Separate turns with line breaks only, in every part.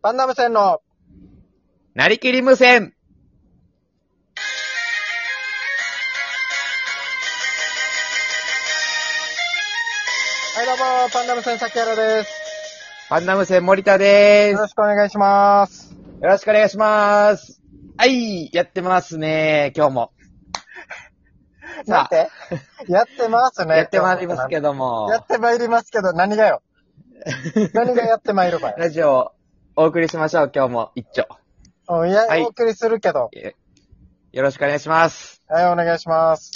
パンダム戦の、
なりきり無線
はいどうも、パンダム戦崎原です。
パンダ無線森田で
よろ
す。
しくお願いします。
よろしくお願いします。はい、やってますね、今日も。
なん
さあ、
てやってますね。
やってまいりますけども
や、ってまいりますけど、何がよ。何がやってまいるかよ。
ラジオをお送りしましょう、今日も一丁。
うんいや、
はい
お送りするけど。
えよろしくお願いします。
はい、お願いします。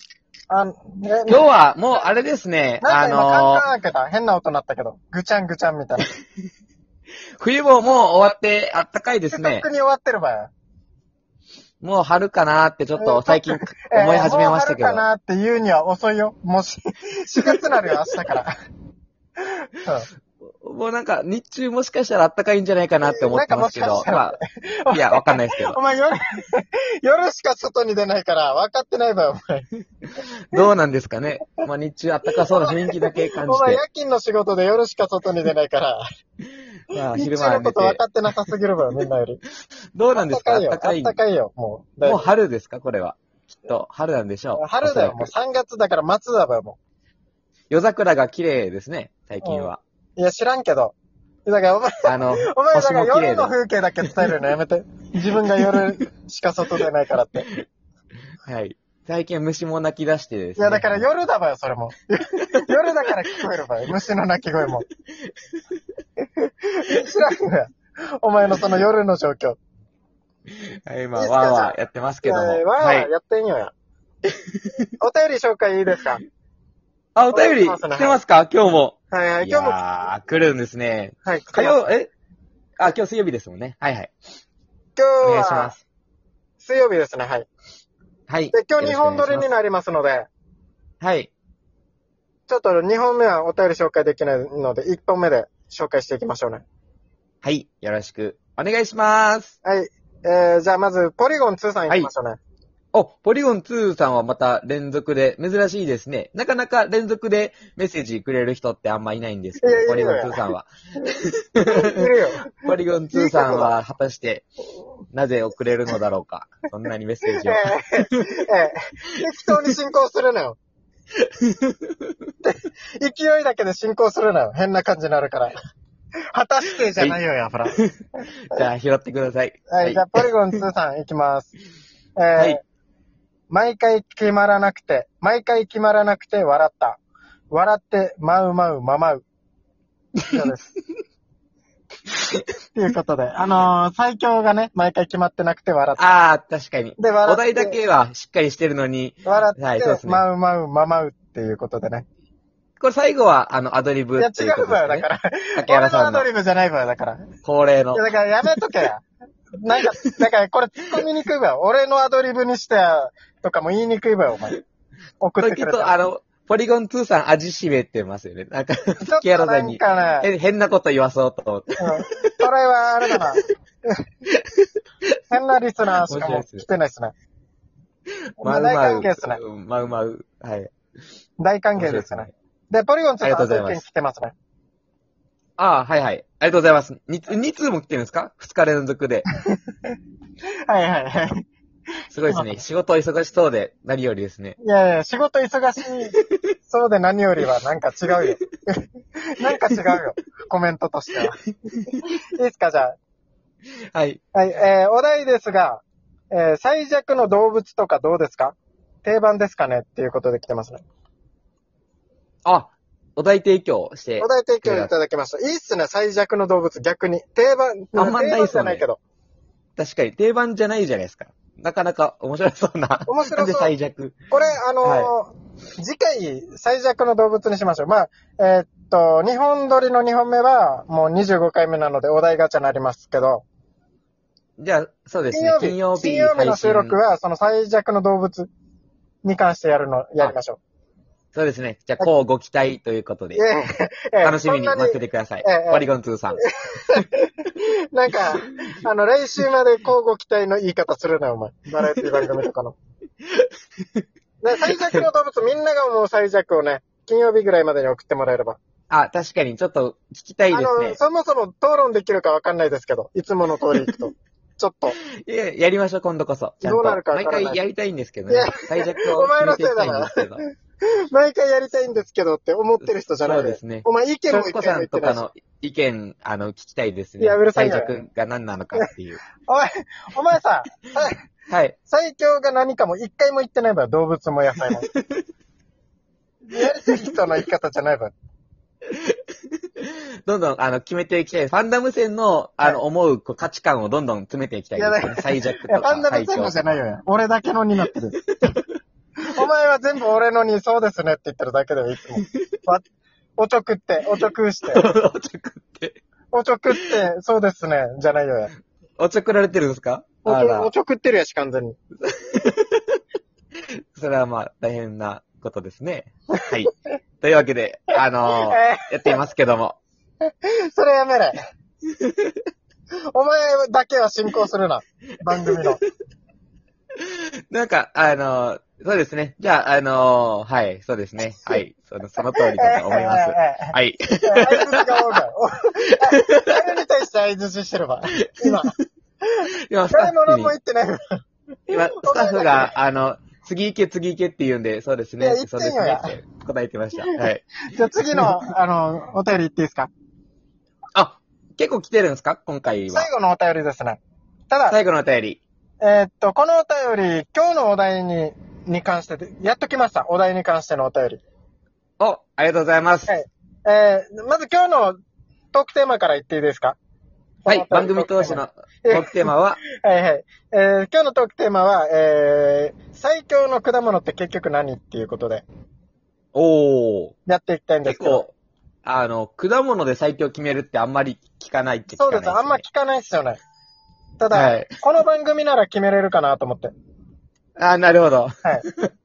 あ、え、今
今日はもうあれですね、
な
あ
んか今、カンカ
の
ン開けた変な音鳴ったけど。ぐちゃんぐちゃんみたいな。
冬ももう終わってあったかいですね
特。に終わってるばよ。
もう春かなってちょっと最近
えー
思い始めましたけど
もう春か。なって言うには遅いよ。もうし、4月なるよ、明日から。
もうなんか日中もしかしたらあったかいんじゃないかなって思ってますけ
なん
ど
かもし。かした
まあ、いや、わかんないですけ
うん、お
ど。
前夜、 夜しか外に出ないから分かってないばよ、お前。
どうなんですかね。まあ日中あったかそうな雰囲気だけ感じ
お前
て
夜、勤の仕事で夜しか外に出ないから、
まあ
日
昼
中
間は
のこ
寝
と分
て
か。ってなさすぎるばよ、みんなより。
どうなんですか
あ
あ
っ
ったた
か
か
いよ。あっ
い。
た
も
かいよ、もう。だいう
春ですかこれは。きっと春なんでしょう。
春だよ、
お
もう
そらく
3月だから松だばよ、も
夜桜が綺麗ですね、最近は。
う。いや、知らんけど。だからお前、
あの、
お前だ
星
から
も綺
夜
麗で
の。風景だけ伝えるのやめて。自分が夜しか外出ないからって。
はい。最近虫も鳴き出してです
い
ね。
や、だから夜だばよ、それも。 夜だから聞こえるばよ、虫の鳴き声も。 知らんよや。お前のその夜の状況。
はい、今、
いいっ
わー
すか
わーやってますけども。
いやいやわー
は
わ
い
ー。やってんよ や。お便り紹介いいですか
あ、お便り
お願いしますね
来てますか今日も。
はいはい、
い
今日も、
やー、来るんですね。
はい、
火
今
曜、えあ、今日水曜日ですもんね。はいはい。
日
お願いしま
は、
す。
水曜日ですね、はい。
はい。
で、今日2本撮り
よろし
に
くお願いしま
なりますので、
すはい。
ちょっと2本目はお便り紹介できないので、1本目で紹介していきましょうね。
はい。よろしく。お願いします。
はい。えー、じゃあまず、ポリゴン2さんいきましょうね。
お、ポリゴン2さんはまた連続で、珍しいですね。なかなか連続でメッセージくれる人ってあんまいないんですけ
いやいる
ど、ポリゴン
よ
2さんは。
い、るよ。
ポリゴン2さんは果たして、なぜ遅れるのだろうか。そんなにメッセー
え
ジ
ー
を。、
えー、適当に進行するなよ。で勢いだけで進行するなよ。変な感じになるから。果たしてじゃないよや、ほら。
じゃあ拾ってください。
はい、じゃあ、ポリゴン2さんいきます。えー
はい
毎回決まらなくて、毎回決まらなくて笑った。笑って、まうまう、ままう。以上で す。ということで、あのー最強がね、毎回決まってなくて笑った。
あー、確かに。
で、笑って、
お題だけはしっかりしてるのに、
笑
はい
っ
そうで
て、
すね
まうまう、ままうっていうことでね。
これ最後は、あの、アドリ
い
ブ
や、
って
違
いうこ
う
とで
わ
す
よ、だ
ね
か。ら。
竹
俺の
原さ
ア
んの
ドリブじゃないわよ、だから。
恒例の
いや、。だからやめとけ や。なんか、だからこれ突っ込みにくいわよ。俺のアドリブにしてや、とかも言いにくいわよ、お前。送って
時
くれ
と、あ
た。
の、ポリゴン2さん味しめてますよね。なんか、
ちょっ
竹
と
原さ
なんん
に、
かね、
え変なこと言わそうと思って。
うんそれはあれだ な。変なリスナーしかもう来てないっすね。
まう
大
ま
歓
う。
迎っすね。
うんまうまう。はい。
大歓迎ですね。。で、ポリゴンちょっと
ありがとうございます
来てますね。
ああ、はいはい。ありがとうございます。に2通も来てるんですか ?2 日連続 で。
はいはいはい。
すごいですね。仕事忙しそうで、何よりですね。
いやいや、仕事忙しい。そうで何よりはなんか違うよ。なんか違うよ。コメントとしては。いいですか、じゃあ。
はい。
はい、えー、お題ですが、えー、最弱の動物とかどうですか定番ですかねっていうことで来てますね。
あ、お題提供して
お。題提供いただきました。いいっすね、最弱の動物、逆に。定番、
あんまないっす
定番じゃ
よね
ないけど。
確かに定番じゃないじゃないですか。なかなか面白そうな。
面白そう
なんで最弱。
これ、あのー次回、最弱の動物にしましょう。まあ、えーっと、2本撮りの2本目は、もう25回目なのでお題ガチャになりますけど、
じゃあ、そうです
金
ね
曜。日、
金曜日。
金曜日の収録は、その最弱の動物に関してやるの、やりましょ
そうですね。じゃあ、こうご期待ということ
う。
で
い。やいやいや
楽しみに
そんな
待っててください
ええええ。
ポリゴン2さん。
なんか、あの、来週まで交互期待の言い方するなよ、お前。バラエティ番組とかの。ね、最弱の動物、みんなが思う最弱をね、金曜日ぐらいまでに送ってもらえれば。
あ、確かにちょっと聞きたい
あ
です
の、
ね。
そもそも討論できるかわかんないですけど、いつもの通り行く と。ちょっと。
いや、やりましょう、今度こそ。ちゃんと。
どうなるかわか
毎
らない
回やりたいんですけどね
いや。
最弱を
お前
決
のせ
め
い
てい
だ
き
な
たいんですけど。
毎回やりたいんですけどって思ってる人じゃな
そ
いう
ですね。
お前意見も
し
一回
こさ
も言っ
ん
て
と
な
か
いし。
の意見、あの、聞きたいですね。
いやうるさい
最
な
弱が何なのかっ ていう。
おい、お前さ、さ
はい。
最強が何かも一回も言ってないば、動物も野 菜も。やりたい人の言い方じゃないば。
どんどん、あの、決めていきたいです。ファンダム戦の、あの、
は
思うこう価値観をどんどん詰めていきたい
いや
です、
だ
ね。最弱と
いや、
か。
ファンダム全部じゃないよ。俺だけのになってる。 お前は全部俺のにそうですねって言ってるだけだよ、いつ も。わおちょくって、おちょくして、
最 強。おちょくって。
おちょくって、そうですね、じゃないよや。
おちょくられてるんですか
お
あ
ちょ
ら
おちょくってるやし、完全に。
それはまあ、大変なことですね。はい。というわけで、あのー
え
やっていますけども。
ーそれやめ れ。お前だけは進行するな、番組の。
なんか、あのーそうですね。じゃあ、あのーはい、そうですね。はい。その、その通りだと 思います。はい。
相づちが多いからお誰に対して相づちしてれば。今。
今、スタ
買い
ッフ
物
に
も行、ってないわ。
今、スタッフが、あの、次行け、次行けって言うんで、そうです
いや
ね
言っ。て
そ
ん
う
よ
ですね。って答えてました。はい。
じゃあ次の、あの、お便り行っていいですか
あ、結構来てるんですか今回は
最。後のお便りですね。ただ、
最後のお便り。
えーっと、このお便り、今日のお題に、に関してで、やっときました。お題に関してのお便り。
お、ありがとうございます。
はいえー、まず今日のトークテーマから言っていいですか
はい。番組投資。のトークテー マは、
はいはい。えー、今日のトークテーマは、えー、最強の果物って結局何っていうことで、
おー。
やっていきたいんです
結
けど。
構、あの、果物で最強決めるってあんまり聞かないって聞
そう
かな
で
い、
す。あんま聞かないですよね。ただ、
はい
この番組なら決めれるかなと思って。
あ、なるほ
は
ど。
い。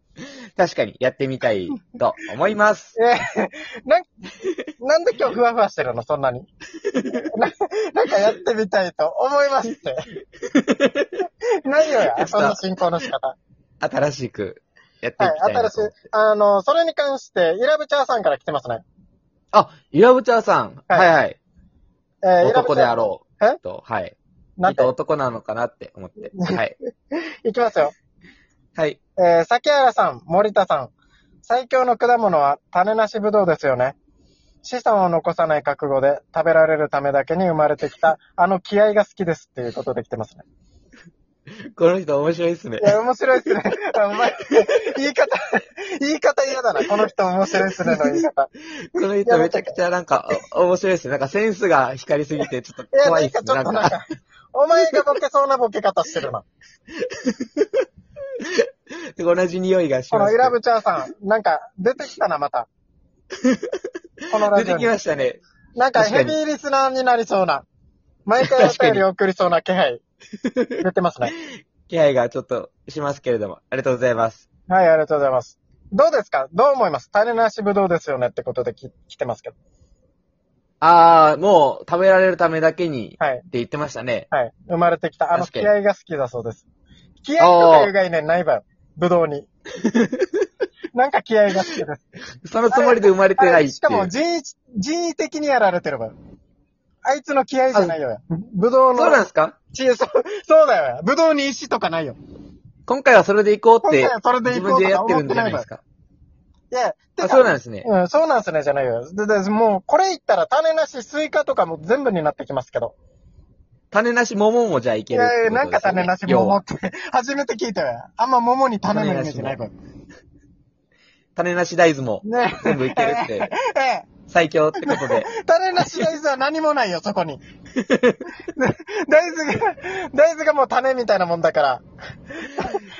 確かにやってみたいと思います。
えー、なん、なんで今日ふわふわしてるのそんなに。ななんかやってみたいと思いますって。ないよ や、その進行の仕方。
新しくやってい
は
きた
い、
いな
新しい
と。。
あの、それに関して、イラブチャーさんから来てますね。
あ、イラブチャーさん。
は
はいいはい。
えー
男であろ
イラブチャーさん
う。と、はい。
えなん
きってと、男なのかなって思って。はい。
いきますよ。
はい。
えー、崎原さん、森田さん。最強の果物は種なしぶどうですよね。資産を残さない覚悟で食べられるためだけに生まれてきた、あの気合が好きですっていうことで来てますね。
この人面白いですね
い。や、面白いっすね。 あお前、言い方、言い方嫌だな。この人面白いっすねの言い方。
この人めちゃくちゃなんか、お面白いですね。なんかセンスが光りすぎて、ちょっ
いや、
と怖
ないん
で
か
す
ち
ね。
ょ
な
っと
ん
なん
か、
か、お前がボケそうなボケ方してる な。
同じ匂いがし
こ
ま
の
す。
イラブチャーさん、なんか出てきたな、ま た。このラ
出
ジオ
て
に
き。ましたね。
なんか
確か
ヘ
に
ビーリスナーになりそうな。毎回お便り送りそうな気 配。出てますね。
気配がちょっとしますけれども、ありがとうございます。
はい、ありがとうございます。どうですかどう思います種なしぶどうですよねってことでき来てますけど。
あー、もう食べられるためだけに、
はい
って言ってましたね。
はい。生まれてきた、あの
確
気
かに
合が好きだそうです。気合とかいう概念ないばよ。ぶどう に。なんか気合が好きです。
そのつもりで生まれてないっていう。
しかも人為、人為的にやられてるばよ。あいつの気合じゃないよや。ぶどうの。
そうなんですか
ちそう、そうだよや。ぶどうに石とかないよ。
今回はそれで行こうって、
今回はそれで
自
行こう
分
と
でや
か
って
思
る
っ
ん
て
じゃ
な
ない
ばよ
いです。か。
いや、て
あ、
か
そうなんですね。
うん、そうなんすね、じゃないよ。で、でもう、これ言ったら種なしスイカとかも全部になってきますけど。
種なし桃もじゃあい
い
けるって
やいや、
ことですよね。
なんか種なし
要
桃
は
って、初めて聞いたよ。あんま桃に種のイメージないばよ。
種なし大豆も
ねえ。
全部いける って、
ええ。
最強ってことで。
種なし大豆は何もないよ、そこに。 大豆が、大豆がもう種みたいなもんだ から。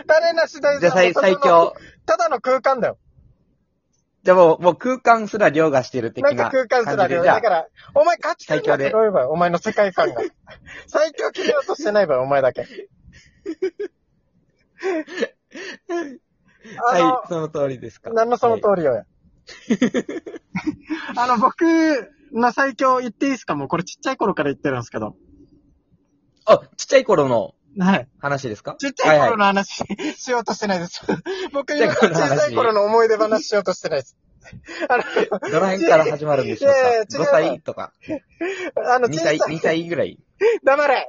種なし大
じ
豆
ゃあ
はもう
最
ただの
最強。。
ただの空間だよ。
じゃあもう、もう空間すら凌駕してる的
なん
な
か
感
空間すらある
じで。
よ。
じゃ
だ
あ
か、ら、お前価値観が
最強で
広いわよ、お前の世界 観が。最強決めようとしてないわよ、お前だけ。あの、
はい、その通りですか。
何のその
はい
通りよや。あの、僕の最強言っていいですかもうこれちっちゃい頃から言ってるんですけど。
あ、ちっちゃい頃の
はい。
話ですか
ちっちゃい頃
は
の話しようとしてないです。僕
ちっち
今
ゃい頃の
小
話
さい頃の思い出話しようとしてないです。あの、
どの辺から始まるんでしょう
いやいや違う
か ?5 歳とか、
あの、
2
小
歳、
さい
2歳ぐらい。
黙れ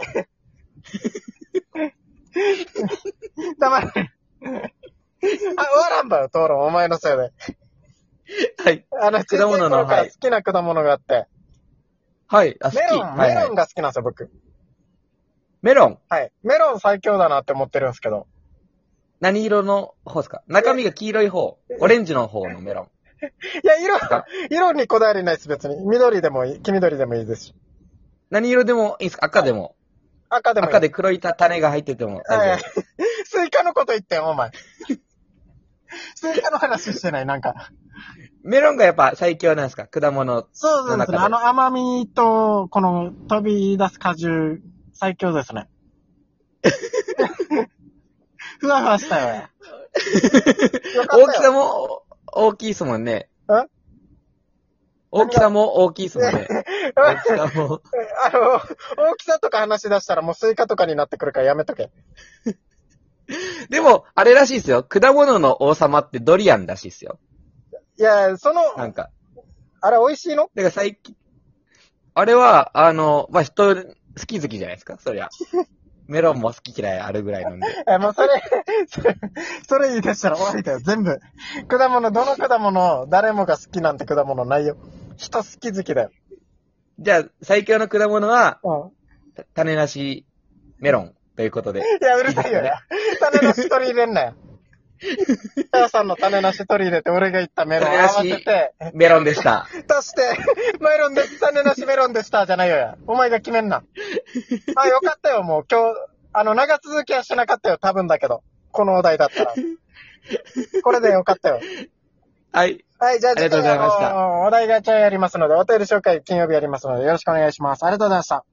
黙れあ、終わらんばよ、討論。お前のせいで。
はい。
あの、
果物
小さい頃
の
から
はい
好きな果物があって。
はい。あ、好
メ
き。
ロン、
はいは
メ
い
ロンが好きなんですよ、僕。
メロン。
はい。メロン最強だなって思ってるんですけど。
何色の方ですか中身が黄色い方。オレンジの方のメロン。
いや、色、色にこだわりないです、別に。緑でもいい、黄緑でもいいですし。
何色でもいいですか赤でも。
赤でもいい。
赤で黒いた種が入ってても大丈夫。
スイカのこと言ってよ、お前。スイカの話してない、なんか。
メロンがやっぱ最強なんですか果物。
そうです
中
ね。
で
あの甘みと、この飛び出す果汁、最強です ね。ふわふわしたよ。 よかったよ
大きさも大きいですもんね
え。
大きさも大きいですもんね。大きさも。
あの、大きさとか話し出したらもうスイカとかになってくるからやめとけ。
でも、あれらしいですよ。果物の王様ってドリアンらしいですよ。
いや、その、
なんか。
あれ美味しいの
だから最近、あれは、あの、まあ、人、好き好きじゃないですか、そり ゃ。メロンも好き嫌いあるぐらいなんで。
え、もうそれ、 それ、それ言い出したら終わりだよ、全部。果物、どの果物、誰もが好きなんて果物ないよ。人好き好きだよ。
じゃあ、最強の果物は、
うん。
た種なしメロンということで。
いや、うるさいよ。
いいで
種なし取り入れんなよ。母さんの種なし取り入れて、俺が言ったメロンを合わせて、
メロンでした。
足して、メロンで、種なしメロンでした、じゃないよや。お前が決めんな。あ、よかったよ、もう今日、あの、長続きはしなかったよ、多分だけど。このお題だったら。これでよかったよ。
はい。
はい、じゃあ
ありがとうございました
次回あのお題ガチャやりますので、お便り紹介金曜日やりますので、よろしくお願いします。ありがとうございました。